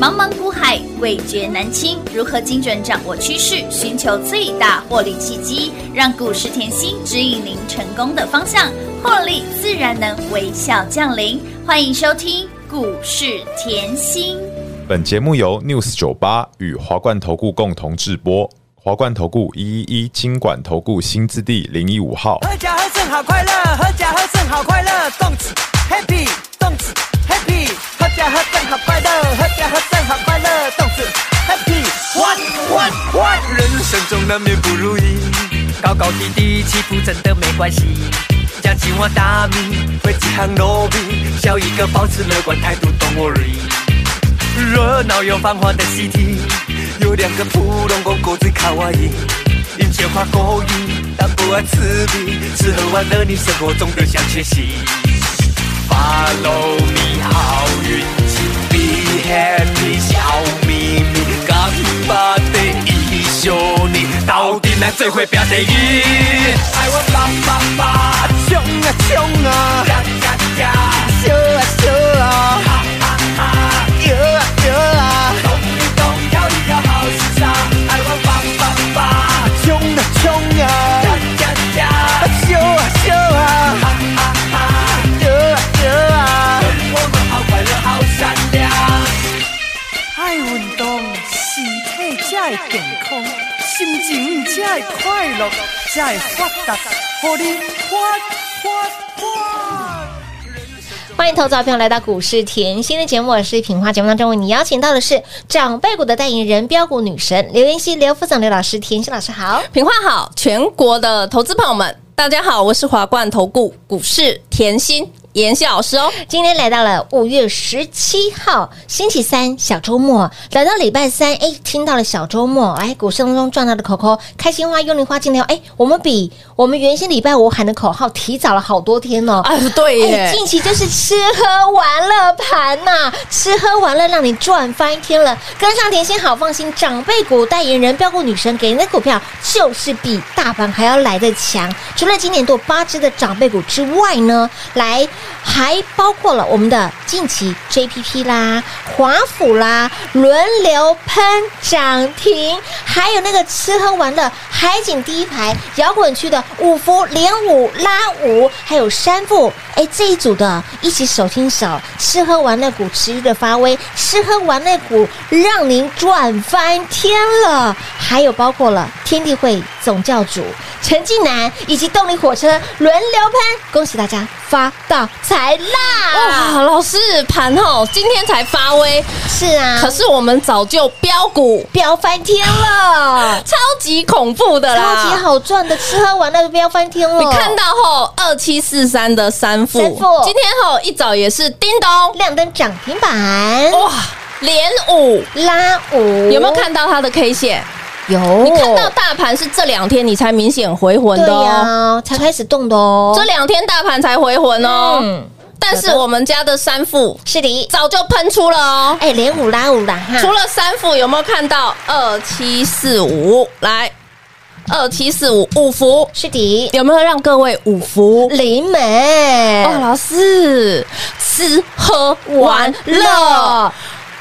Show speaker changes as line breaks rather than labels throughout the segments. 茫茫股海，味觉难清。如何精准掌握趋势，寻求最大获利契机，让股市甜心指引您成功的方向，获利自然能微笑降临。欢迎收听股市甜心。
本节目由 News 九八与华冠投顾共同制播，华冠投顾一一一金管投顾新字第零一五号。
喝甲喝正好快乐，喝甲喝正好快乐，动次 happy，动次 happy，喝甲喝正好快乐，喝甲喝正好快乐，动次 happy。What what what？
人生中难免不如意，高高低低起伏真的没关系。讲起我大名，会几行落笔，笑一个保持乐观态度，Don't worry。热闹又繁华的 city，有两个普通公国最卡哇伊。用钱花够意，但不爱刺鼻，吃喝玩乐你生活中的小确幸。Follow me，好运气，Be happy，小秘密，干巴的一休你，到底哪最会表达意？爱我爸爸爸，
冲啊冲啊，
嘎嘎嘎，
笑啊笑啊，
哈哈哈，
摇啊摇啊，
咚一咚，跳一跳，好时尚，爱我爸爸爸，
冲啊冲
嘎
啊，
嘎嘎，
笑啊笑啊，
哈哈哈。
摇啊摇啊。
我们好快乐，好善良。
爱运动，身体才会健康，心情才会快乐，才会发达，互你发发发。
欢迎投资好朋友来到股市甜心的节目，我是品花。节目当中为你邀请到的是长辈股的代言人标股女神刘妍希、刘副总、刘老师、甜心老师好。
品话好，全国的投资朋友们，大家好，我是华冠投顾股市甜心妍希老师哦。
今天来到了五月十七号星期三小周末，来到礼拜三，哎，听到了小周末，哎，股市当中赚到的口口，开心花、幽灵花，今天哎，我们比我们原先礼拜五喊的口号提早了好多天哦。
哎，不对
哎，
耶，
近期就是吃喝玩乐盘呐、吃喝玩乐让你赚翻天了，跟上甜心好放心。长辈股代言人标股女神给您的股票就是比大盘还要来的强。除了今年度八只的长辈股之外呢，来还包括了我们的近期 JPP 啦、华府啦轮流喷涨停，还有那个吃喝玩乐海景第一排摇滚区的五福连舞拉舞，还有山富，哎，这一组的一起手牵手，吃喝玩乐股持续的发威，吃喝玩乐股让您赚翻天了。还有包括了天地会总教主陈近南以及动力火车轮流喷，恭喜大家发大财啦！
啊哇，老师盘哦，今天才发威，
是啊，
可是我们早就标股，
飙翻天了
超级恐怖的啦，
超级。好赚的，吃喝玩乐都飙翻天了。
你看到后二七四三的三副，
三富
今天后一早也是叮咚，
亮灯涨停板，
哇，连
哦
五。
拉五
有没有？看到它的 K 线？
有，
你看到大盘是这两天你才明显回魂
哦对
的哦，
呀，才开始动的哦。
这两天大盘才回魂哦。
嗯
但是我们家的三副
是的，
早就喷出了哦。
哎，连五拉五啦哈，
除了三副，有没有看到二七四五？来，二七四五五福，
是的，
有没有让各位五福？
临门
哦，老师，吃喝玩乐，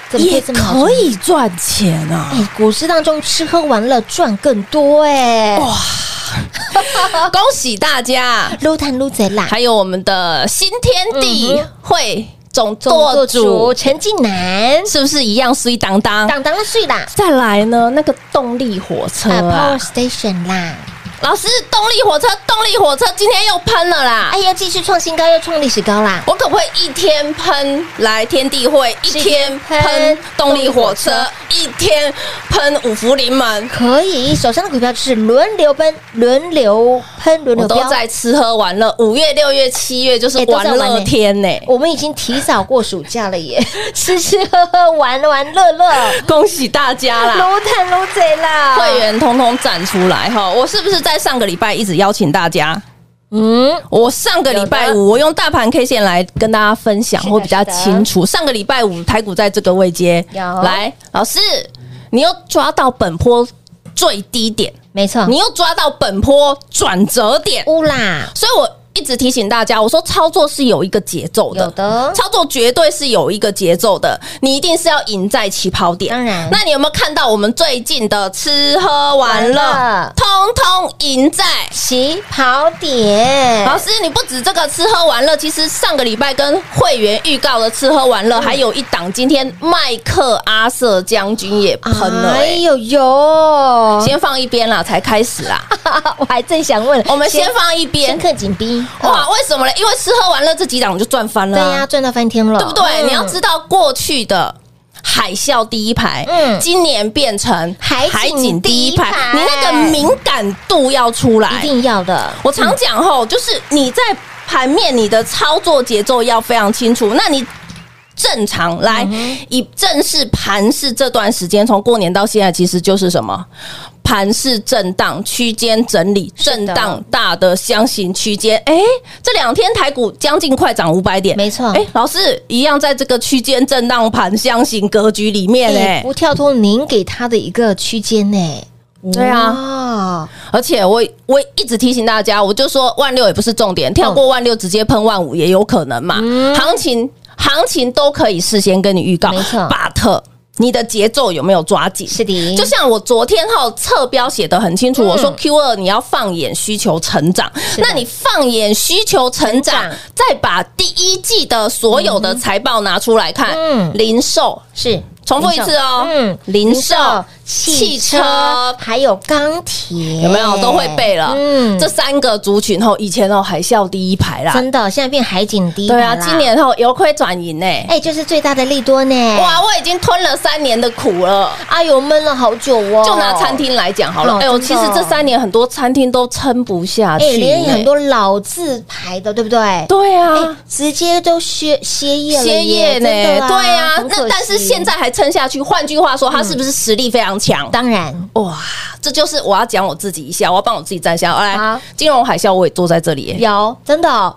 怎么可
也
以这么好赚
可？以赚钱啊！
哎，股市当中吃喝玩乐赚更多哎，
恭喜大家，
撸贪撸贼啦！
还有我们的新天地
嗯
会总
总
舵主，
陈近南，
是不是一样水当当？
当当碎啦，
再来呢，那个动力火车
啊
啊
，Power，Station 啦。
老师，动力火车，动力火车今天又喷了啦
哎！呀，继续创新高，又创历史高啦！
我可不可以一天喷来天地会，一天
喷
喷动力火车，一天喷五福临门？
可以，手上的股票就是轮流奔、轮流喷、轮
我
流
都
飙。
在吃喝玩乐，五月、六月、七月就是
哎都在
玩
玩
乐
呢
天呢、
我们已经提早过暑假了耶， 吃吃喝喝、玩玩乐乐，
恭喜大家 啦！
撸碳撸贼啦！
会，员通通站出来哈！我是不是在上个礼拜一直邀请大家？
嗯，
我上个礼拜
有的
五，我用大盘 K 线来跟大家分享，
是的
会比较清楚。上个礼拜五，台股在这个位阶，
有
来，老师，你又抓到本坡最低点，
没错，
你又抓到本坡转折点，
乌啦，
所以我一直提醒大家，我说操作是有一个节奏的，
有的
操作绝对是有一个节奏的，你一定是要赢在起跑点。
当然
那你有没有看到我们最近的吃喝玩乐，
玩乐
通通赢在？
起跑点，
老师，你不止这个吃喝玩乐，其实上个礼拜跟会员预告的吃喝玩乐，
嗯
还有一档今天麦克阿瑟将军也喷了、
哎
欸，
呦呦，
先放一边啦，才开始 啦。
我还正想问，
我们先放一边
先，克紧逼，
哇，
哦，
为什么嘞？因为吃喝玩乐这几档就赚翻了、啊
对呀，，赚到翻天了，
对不对？
嗯
你要知道过去的。海啸第一排，
嗯
今年变成
海景第一排
你那个敏感度要出来。
一定要的，嗯
我常讲吼，就是你在盘面，你的操作节奏要非常清楚。那你正常来，
嗯
以正式盘市这段时间，从过年到现在，其实就是什么？盘市震荡区间整理，
是的
震荡大的箱型区间。哎、这两天台股将近快涨五百点，
没错
哎、老师一样在这个区间震荡盘箱型格局里面嘞、
哎不跳脱您给他的一个区间呢，
对啊
啊，
而且我我一直提醒大家，我就说万六也不是重点，跳过万六直接喷万五也有可能嘛。行情行情都可以事先跟你预告，
嗯没错
But 你的节奏有没有抓紧？
是的嗯
就像我昨天哈侧标写的很清楚，我说 Q 二你要放眼需求成长，
的
那你放眼需求成长
成长，
再把第一季的所有的财报拿出来看，
嗯
零售
是
重复一次哦，
嗯，
零售、
汽
汽
车
车。
还有钢铁，
有没有都会背了？
嗯，
这
这
三个族群后，以前哦海啸第一排啦，
真的现在变海景低，
啊对啊，今年后由亏转盈呢。
哎，就是最大的利多呢，
哇，我已经吞了三年的苦了。
哎呦，闷了好久哦。
就拿餐，厅来讲好了，
哦
哎呦，
真
其
的
实
哦
这三年很多餐厅都撑不下去
哎，
呢，
连很多老字牌的，对不对？
对
哎
啊，，
直接都歇歇业了耶，
歇业呢，
真的啦
对啊
很，可惜嗯
那但是现在还撑下去，换句话说，他是不是实力非常强？
当然
哇，这就是我要讲我自己一下，我要帮我自己站下来
好。
金融海啸我也坐在这里耶，
有，真的哦。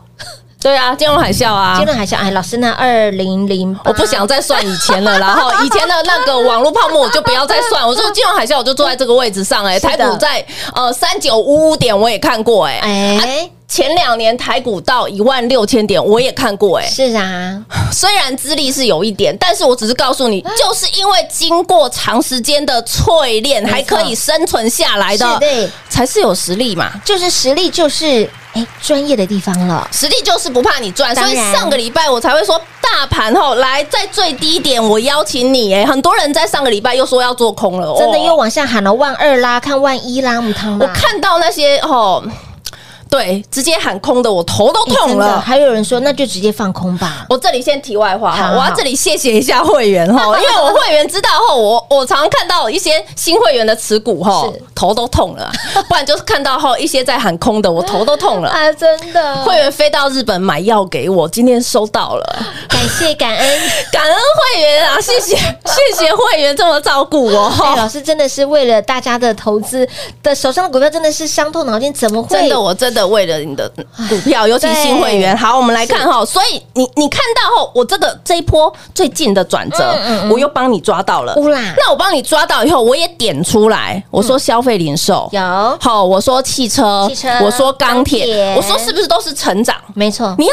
对啊，金融海啸啊，
今天还想哎，老师那二零零，
我不想再算以前了，然后以前的那个网络泡沫我就不要再算。我说金融海啸，我就坐在这个位置上、哎，
是的
台股在呃三九五五点我也看过、哎、
哎，
前两年台股到一万六千点我也看过、哎，
是啊，
虽然资历是有一点，但是我只是告诉你，就是因为经过长时间的淬炼，
没错
还可以生存下来的，
是的
才是有实力嘛。
就是实力就是哎专业的地方了，
实力就是不怕你赚，
当
所
然
以上个礼拜我才会说大盘后来在最低点，我邀请你哎，很多人在上个礼拜又说要做空了，
真的
哦
又往下喊了万二啦，看万一啦，母汤啦
我看到那些哦，对，直接喊空的，我头都
哎
痛
真的
了。
还有人说那就直接放空吧，
我这里先题外话哈，
好
我要这里谢谢一下会员哈， 因为我会员知道后，我我常看到一些新会员的持股哈
是，
头都痛 了，不然就是看到后一些在喊空的，我头都痛了。
啊，真的
会员飞到日本买药给我，今天收到了。
感谢感恩。
感恩会员啊，谢 谢谢谢会员这么照顾我。
哎，老师真的是为了大家的投资的手上的股票真的是伤透脑筋，怎么会？
真的，我真的为了你的股票，尤其新会员。好，我们来看哈，所以你你看到后，我这个这一波最近的转折，我又帮你抓到了。
乌啦
那我帮你抓到以后，我也点出来，我说消费零售
有
好，我说汽车，
汽车
我说钢
钢
铁
铁，
我说是不是都是成长？
没 错，
你要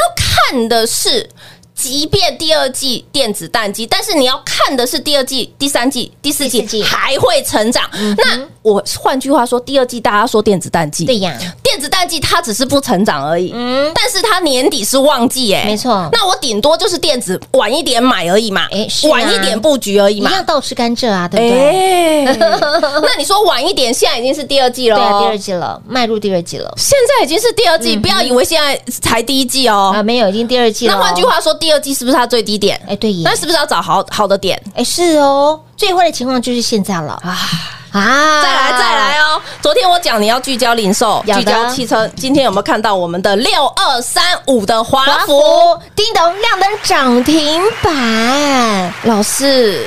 看的是，即便第二季电子淡季，但是你要看的是第二季、第三季、第四季
第四季嗯
还会成长。那我换句话说，第二季大家说电子淡季，
对呀，
电子淡季它只是不成长而已，
嗯，
但是它年底是旺季哎、
没错
那我顶多就是电子晚一点买而已嘛，
哎是啊
晚一点布局而已
一
嘛。
样倒吃甘蔗啊，对不 对？
哎，那你说晚一点，现在已经是第二季了，
对啊，第二季嗯了，迈入第二季了
现在已经哦是第二季，不要以为现在才第一季哦。
啊，没有，已经第二季了。
那换句，话说，第二季是不是它最低点？
哎，对耶
那，是不是要找好好的点？
哎是哦，最坏的情况就是现在了啊啊！
再来再来
哦，
哦！昨天我讲你要聚焦零售，
有的
聚焦汽车，今天有没有看到我们的六二三五的华
华
孚？
孚叮咚亮灯涨停板，
老师，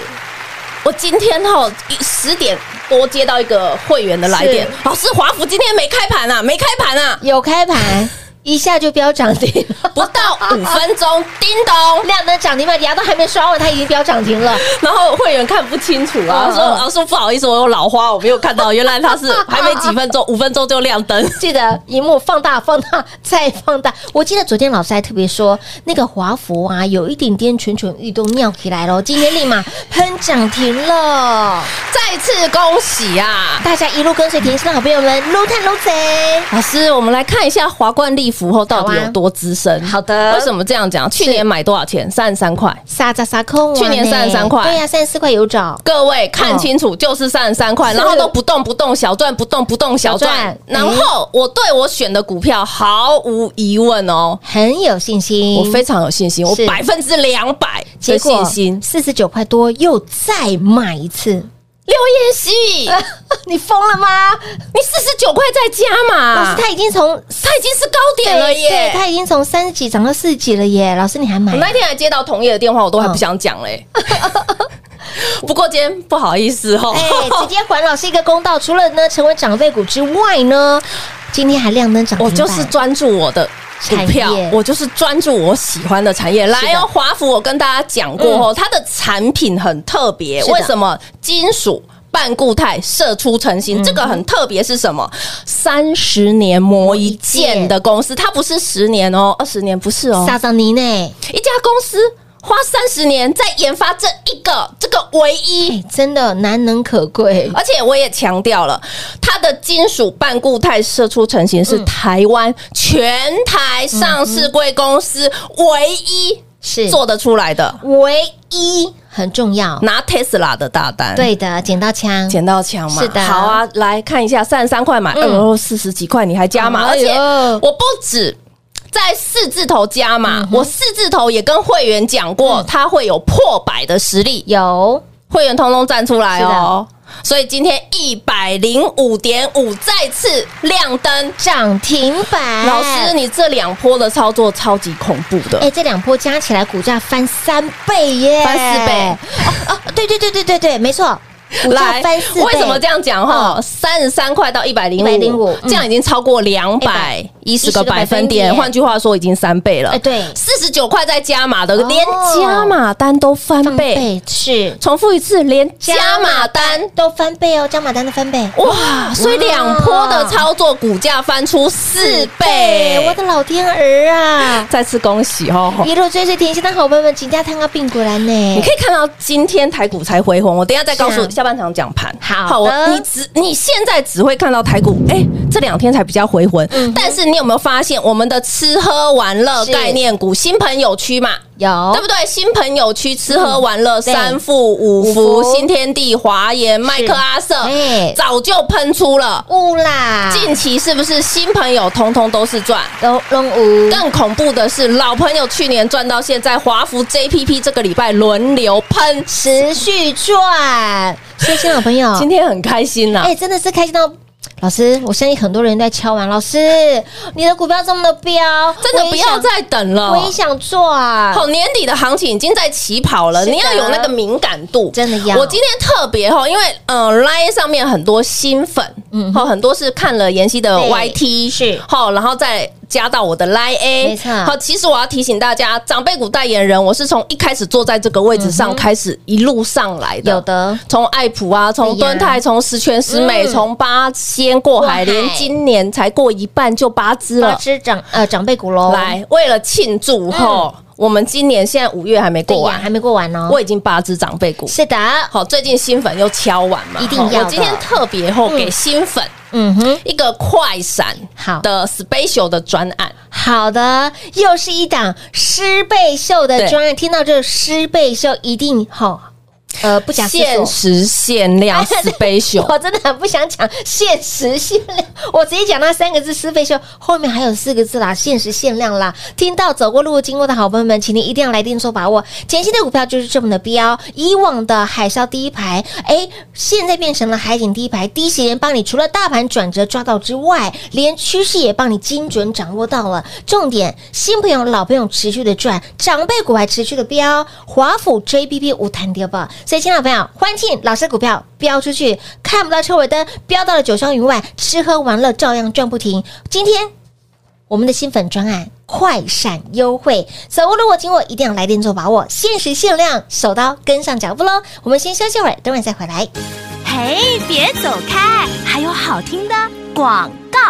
我今天哈十点多接到一个会员的来电哦
是，
老师华孚今天没开盘啊，没开盘啊，
有开盘，一下就飙涨停，
不到五分钟，叮 咚，
亮灯涨停板，牙都还没刷完，它已经飙涨停了。
然后会员看不清楚啊，
嗯
说啊说不好意思，我有老花，我没有看到，原来他是还没几分 钟，五分钟就亮灯。
记得荧幕放大、放大再放大。我记得昨天老师还特别说，那个华孚啊，有一点点蠢蠢欲动，尿起来了，今天立马喷涨停了。
再次恭喜啊！
大家一路跟随甜心的好朋友们，撸探撸贼。
老师，我们来看一下华冠利福后到底
好啊
有多资深。
好的
为什么这样讲？去年买多少钱？三十三块。
撒咋撒空啊呢，
去年33块
对呀、三十四块有找。
各位看清楚，就是三十三块，
是
然后都不动不动，小赚不动不动小赚
哦小赚。
然后我对我选的股票毫无疑问哦，
很有信心，
我非常有信心，我
嗯是
百分之两百
结
的
果
信心。
四十九块多又再买一次，
刘彦希，
你疯了吗？
你四十九块再加
老师
嘛？
他已经从
它已经是高点啊了
对
耶！
他已经从三十几涨到四十几了耶。老师你还买
我？那天还接到同业的电话，我都
哦
还不想讲嘞。 不过今天不好意思哦，
哎， 直接还老师一个公道。除了呢成为长辈股之外呢，今天还亮灯涨停
我
板，
就是专注我的股票
产业，
我就是专注我喜欢的产业。来哦，华孚，我跟大家讲过哦，它的产品很特
嗯
别，
是的
为什么？金属。半固态射出成
嗯
型，这个很特别是什么？三十年磨一剑的公司，它不是十年哦，二十年不是哦，
撒桑尼呢，
一家公司花三十年在研发这一个这个唯一
哎，真的难能可贵。
而且我也强调了，它的金属半固态射出成型
嗯
是台湾全台上市贵公司唯一
是
做得出来的，
唯一很重要，
拿 Tesla 的大单。。
对的，捡到枪，
嗯捡到枪嘛？
是的
好啊，来看一下，三十三块买，
嗯
哎呦，四十几块你还加码，
哎
而
呦
且我不止在四字头加
嗯
码，我四字头也跟会员讲过，它会有破百的实力，
有
会员通通站出来哦。所以今天一百零五点五再次亮灯，
涨停板，
老师，你这两波的操作超级恐怖的，
哎、这两波加起来股价翻三倍耶，
翻四倍
哦！哦，对对对对对对，没错，股价翻四倍。
为什么这样讲哈？三十三块嗯到一百零
105
五，这样已经超过两百一十
110
个
个百
百
分
分
点
点，换句话说，已经三倍了
哎、。对，
四十九块再加码的，
哦
连加码单都翻
翻
倍。
倍是
重复一次，连加码单
都翻倍哦，加码单的翻倍，
哇！所以两波的操作，股价翻出四倍
我。的老天儿啊！
再次恭喜哦！
一路追随甜心的好朋友们，请加探个并过来
你
呢
可。以看到今天台股才回魂，我等一下再告
是
诉
啊
你下半场讲盘。
好
我
的
你只你现在只会看到台股，哎、这两天才比较回魂。但是你有没有发现，我们的吃喝玩乐
嗯是
概念股新朋友区嘛？
有
对不对？新朋友区吃喝玩乐、
对
三富、五
五
福、
福
新天地、华研、麦克阿瑟
哎，啊
早就喷出了。
雾啦，
近期是不是新朋友通通都是赚？
都龙五
更恐怖的是，老朋友去年赚到现在，华孚 JPP 这个礼拜轮流喷，
持续赚，谢谢老朋友。
今天很开心啊呐、
啊哎、真的是开心到。老师，我相信很多人在敲完。老师，你的股票这么的飙，
真的不要
我也想
再等了
我。也想做啊。
好，年底的行情已经在起跑了，
是的
你要有那个敏感度，
真的要
我今天特别哈，因为嗯、呃、，Line 上面很多新粉，嗯，好，很多是看了妍希的
对
YT 是好，然后再加到我的 Line A，
没错
好，其实我要提醒大家，长辈股代言人，我是从一开始坐在这个位置上开始一路上来的，
嗯有的
从爱普啊，从
对呀
敦泰，从十全十美，
嗯
从八仙过海，
过海
连今年才过一半就八只
八
了，
只长呃长辈股喽，
来，为了庆祝吼，我们今年现在五月还没
嗯对
过
呀，
完
还，没过完哦。
我已经八只长辈股。
是的，
好，最近新粉又敲完嘛，
一定要的
吼我今天特别吼
嗯
给新粉
嗯哼，
一个快闪
好
的 special 的专案，
好的，又是一档师倍秀的
对
专案。听到这师倍秀，一定好，呃，不假思
限
索。
时 限量 special。
我真的很不想讲限时限量，我直接讲那三个字“师倍秀”，后面还有四个字啦，限时限量啦。听到走过路过经过的好朋友们，请你一定要来电做把握。前期的股票就是这么的标，以往的海啸第一排，哎，现在变成了海景第一排，低息连帮你除了大盘转折抓到之外，连趋势也帮你精准掌握到了。重点，新朋友、老朋友持续的赚，长辈股还持续的飙，华府 JPP 无谈跌吧。所以，亲爱的朋友，欢庆老师的股票飙出去，看不到车尾灯，飙到了九霄云外，吃喝玩乐照样赚不停。今天。我我们的新粉专案快闪优惠，手握如果紧我一定要来电做把握，限时限量，手刀跟上脚步喽！我们先休息会儿，等会儿再回来。
嘿，别走开，还有好听的广告。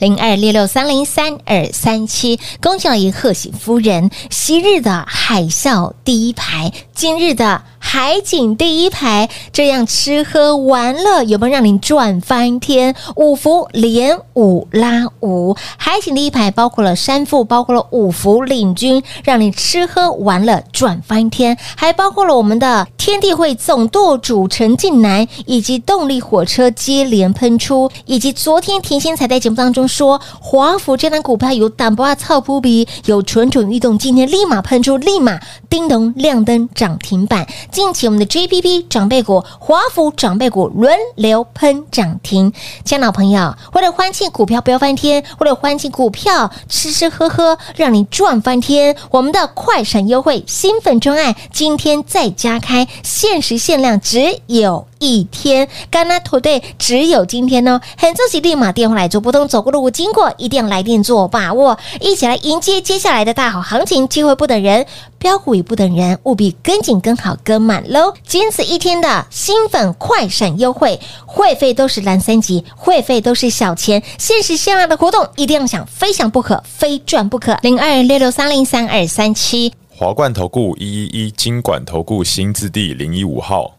零二六六三零三二三七。恭喜一贺喜夫人，昔日的海啸第一排，今日的海景第一排，这样吃喝玩乐有没有让您赚翻天？五福连五拉五，海景第一排包括了山富，包括了五福领军，让你吃喝玩乐赚翻天，还包括了我们的天地会总舵主陈近南，以及动力火车接连喷出，以及昨天甜心才在节目当中说，华府这档股票有淡薄啊操扑鼻，有蠢蠢欲动，今天立马喷出，立马叮咚亮灯涨停板。近期我们的 JPP 长辈股、华府长辈股轮流喷涨停，亲爱的老朋友，为了欢庆股票飙翻天，为了欢庆股票吃吃喝喝让你赚翻天，我们的快闪优惠新粉专案今天再加开，限时限量，只有一天，干拉团队只有今天哦，很着急，立马电话来做拨通，走过路过经过一定要来电做把握，一起来迎接接下来的大好行情，机会不等人，标股也不等人，务必跟紧、跟好、跟满喽！仅此一天的新粉快闪优惠，会费都是蓝三级，会费都是小钱，限时限量的活动，一定要想非想不可，非赚不可。零二六六三零三二三七。
华冠投顾一一一金管投顾新字第零一五号，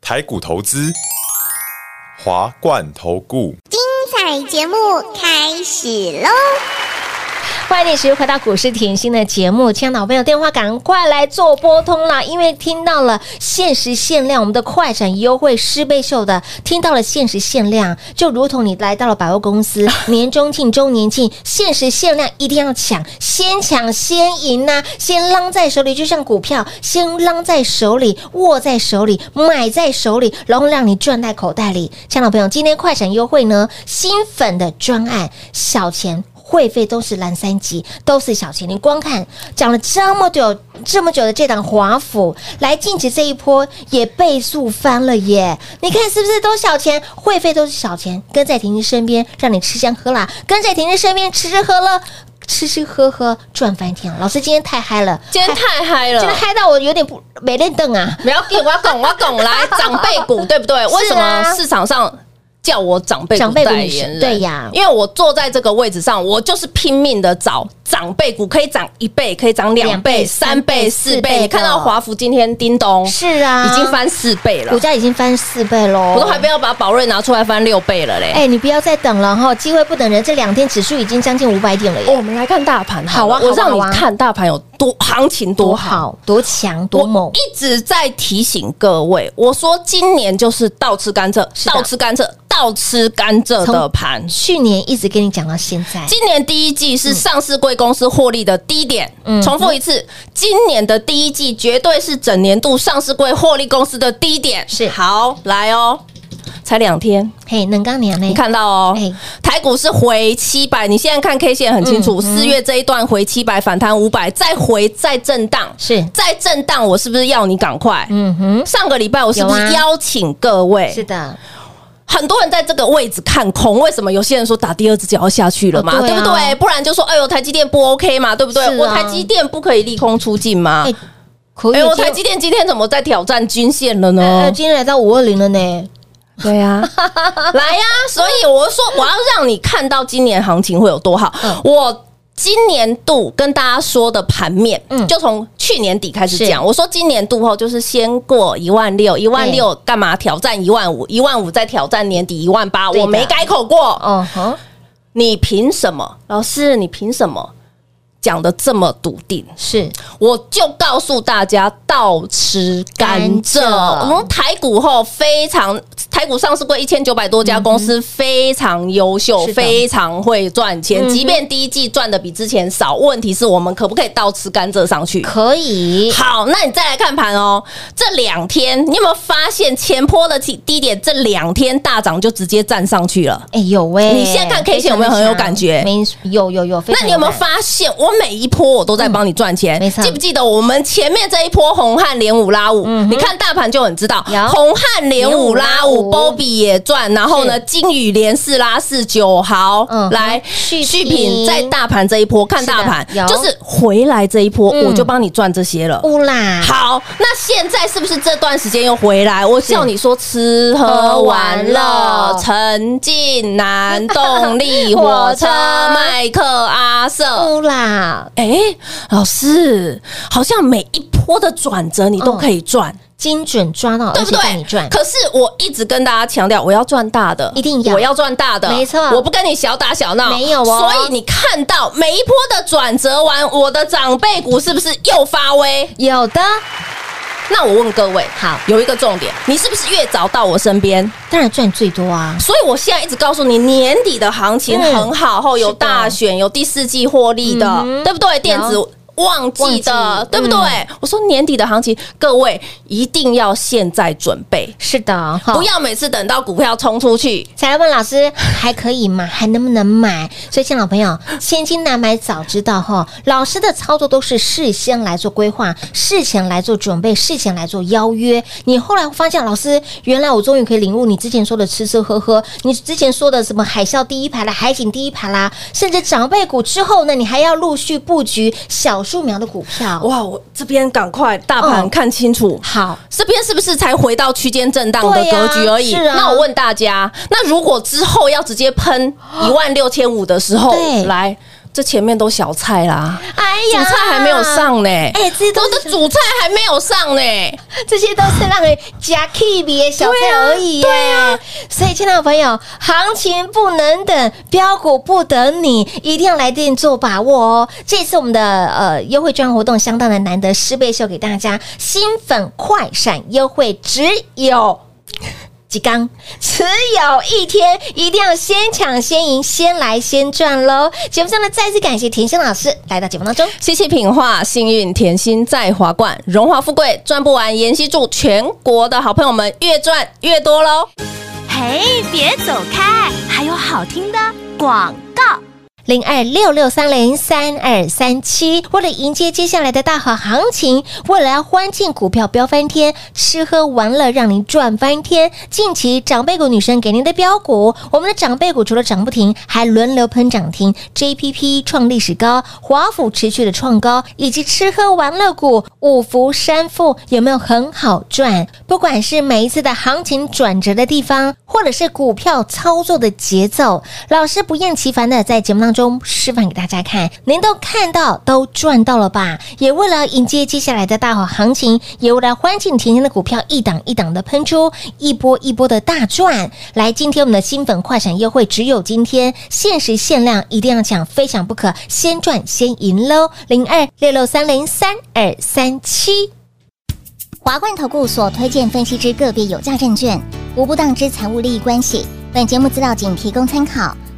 台股投资，华冠投顾。
彩节目开始喽！
欢迎你持续回到股市甜心的节目，亲爱的好朋友，电话赶快来做拨通啦！因为听到了限时限量，我们的快闪优惠师倍秀的，听到了限时限量，就如同你来到了百货公司年中庆、周年庆，限时限量一定要抢，先抢先赢呐、先浪在手里，就像股票，先浪在手里，握在手里，买在手里，然后让你赚在口袋里。亲爱的朋友，今天快闪优惠呢，新粉的专案小钱。会费都是蓝三级，都是小钱。你光看讲了这么久、这么久的这档华府来晋级这一波，也倍数翻了耶！你看是不是都小钱？会费都是小钱，跟在婷婷身边，让你吃香喝辣；跟在婷婷身边吃吃喝喝，吃吃喝喝赚翻天了。老师今天太嗨了，
今天太 嗨了，
真的嗨到我有点不没练凳啊！
不要给我拱我拱来长辈股，对不对？为什么市场上叫我长辈
长
股
辈股
代言人？
对呀
因为我坐在这个位置上，我就是拼命的找长辈股，可以涨一倍，可以涨两
两倍
倍、三倍、
四倍
四倍。你看到华孚今天叮咚
是啊，
已经翻四倍了
股，价已经翻四倍喽，
我都还没有把宝瑞拿出来翻六倍了嘞。
哎，你不要再等了哈，机会不等人。这两天指数已经将近五百点了耶。
我们来看大盘
好啊
了我
好啊
让你
好啊
看大盘有多行情
多
多好。
好、多强、多
我
猛，
一直在提醒各位，我说今年就是倒吃甘蔗，
是的
倒吃甘蔗，倒吃甘蔗的盘。
去年一直跟你讲到现在，
今年第一季是上市贵公司获利的低点，
嗯
重复一次，今年的第一季绝对是整年度上市贵获利公司的低点。
是
好来哦，才两天，
嘿，能刚年呢？
你看到哦
哎，
台股是回七百，你现在看 K 线很清
嗯
楚，四月这一段回七百，反弹五百，再回再震荡，
是，
再震荡，我是不是要你赶快？
嗯哼，
上个礼拜我是不
有啊
是邀请各位？
是的，
很多人在这个位置看空，为什么有些人说打第二只脚要下去了嘛？
哦对啊
对不对？不然就说哎呦台积电不 OK 嘛？对不对？
是啊
我台积电不可以利空出尽吗
哎？可以
啊哎，我
今
台积电今天哦怎么在挑战均线了
呃
呢
呃，？今天来到五二零了呢，
对
啊
呀、 来呀、啊所以我说我要让你看到今年行情会有多好。
嗯
我今年度跟大家说的盘面，
嗯
就从去年底开始讲。
是
我说今年度后就是先过一万六，一万六干嘛挑战一万五？一万五再挑战年底一万八，
对的
我没改口过。
哦哼，
你凭什么，老师？你凭什么讲的这么笃定？
是
我就告诉大家，倒吃甘蔗。
甘蔗
我们台股后非常，台股上市过一千九百多家公司，非常优秀
是，的
非常会赚钱
嗯。哼
即便第一季赚的比之前少，问题是我们可不可以倒吃甘蔗上去？
可以，
好，那你再来看盘哦。这两天你有没有发现前坡的低低点？这两天大涨就直接站上去了。
哎有喂，
你现在看 K 线有没有很有感觉
非常强没，有有有，非常
那你有没有
感
发现，我每一波我都在帮你赚钱？
嗯没错
记不记得我们前面这一波红汉连五拉五？你看大盘就很知道
嗯有，
红汉连五拉
连五拉五
五， ，Bobby 也赚，然后呢，
是
金宇连四拉四九豪
嗯，
来
续
续
平
品在大盘这一波，看
是的
大盘
有
就是回来这一波，
嗯
我就帮你赚这些了。
乌啦，
好，那现在是不是这段时间又回来？我叫你说吃喝玩乐，陈近南、动力火
火
车
车、
麦克阿瑟。
乌啦，
哎、老师，好像每一波的转折你都可以赚，
精准抓到，
嗯对
而
不
且带
对？
你赚，
可是我一直跟大家强调，我要赚大的，
一定要
我要赚大的，
没错
我不跟你小打小闹，
没有哦
所以你看到每一波的转折完，我的长辈股是不是又发威？
有的
那我问各位，
好
有一个重点，你是不是越早到我身边？
当然赚最多啊，
所以我现在一直告诉你，年底的行情
嗯
很好，后有
是的
大选，有第四季获利的
嗯哼，
对不对？电子
有。
旺季
旺
的，
季
对不对？
嗯
我说年底的行情，各位一定要现在准备，
是的，哈
不要每次等到股票冲出去。
才来问老师还可以 吗？还能不能买？所以，亲老朋友，千金难买早知道哈。老师的操作都是事先来做规划，事前来做准备，事前来做邀约。你后来发现，老师原来我终于可以领悟你之前说的吃吃喝喝，你之前说的什么海啸第一排啦，海景第一排啦，甚至长辈股之后呢，你还要陆续布局小树苗的股票。
哇，我这边赶快大盘
嗯
看清楚，
好，
这边是不是才回到区间震荡的
对呀
格局而已？
是啊
那我问大家，那如果之后要直接喷 一万六千五的时候
对，
来这前面都小菜啦，
哎
主
呀，
菜还没有上呢，哎
哎这些都
我
是
的主菜还没有上呢，
这些都是让人夹 K 比的小菜而已耶。所以，亲爱的朋友，行情不能等，标股不等你，一定要来电做把握哦。这次我们的呃优惠券活动相当的难得，十倍秀给大家，新粉快闪优惠只有。 几缸，只有一天，一定要先抢先赢，先来先赚喽！节目上呢，再次感谢甜心老师来到节目当中。
谢谢品画，幸运甜心在华冠，荣华富贵赚不完，妍希祝全国的好朋友们越赚越多喽！
嘿，别走开，还有好听的广告。
零二六六三零三二三七。为了迎接接下来的大好行情，为了要欢庆股票飙翻天，吃喝玩乐让您赚翻天。近期长辈股女神给您的标股，我们的长辈股除了涨不停，还轮流喷涨停，JPP 创历史高，华府持续的创高，以及吃喝玩乐股五福山富有没有很好赚？不管是每一次的行情转折的地方，或者是股票操作的节奏，老师不厌其烦的在节目当中示范给大家看，您都看到都赚到了吧？也为了迎接接下来的大好行情，也为了欢庆甜甜的股票一档一档的喷出，一波一波的大赚。来，今天我们的新粉快闪优惠只有今天，限时限量，一定要抢，非抢不可，先赚先赢喽！零二六六三零三二三七。
华冠投顾所推荐分析之个别有价证券，无不当之财务利益关系。本节目资料仅提供参考，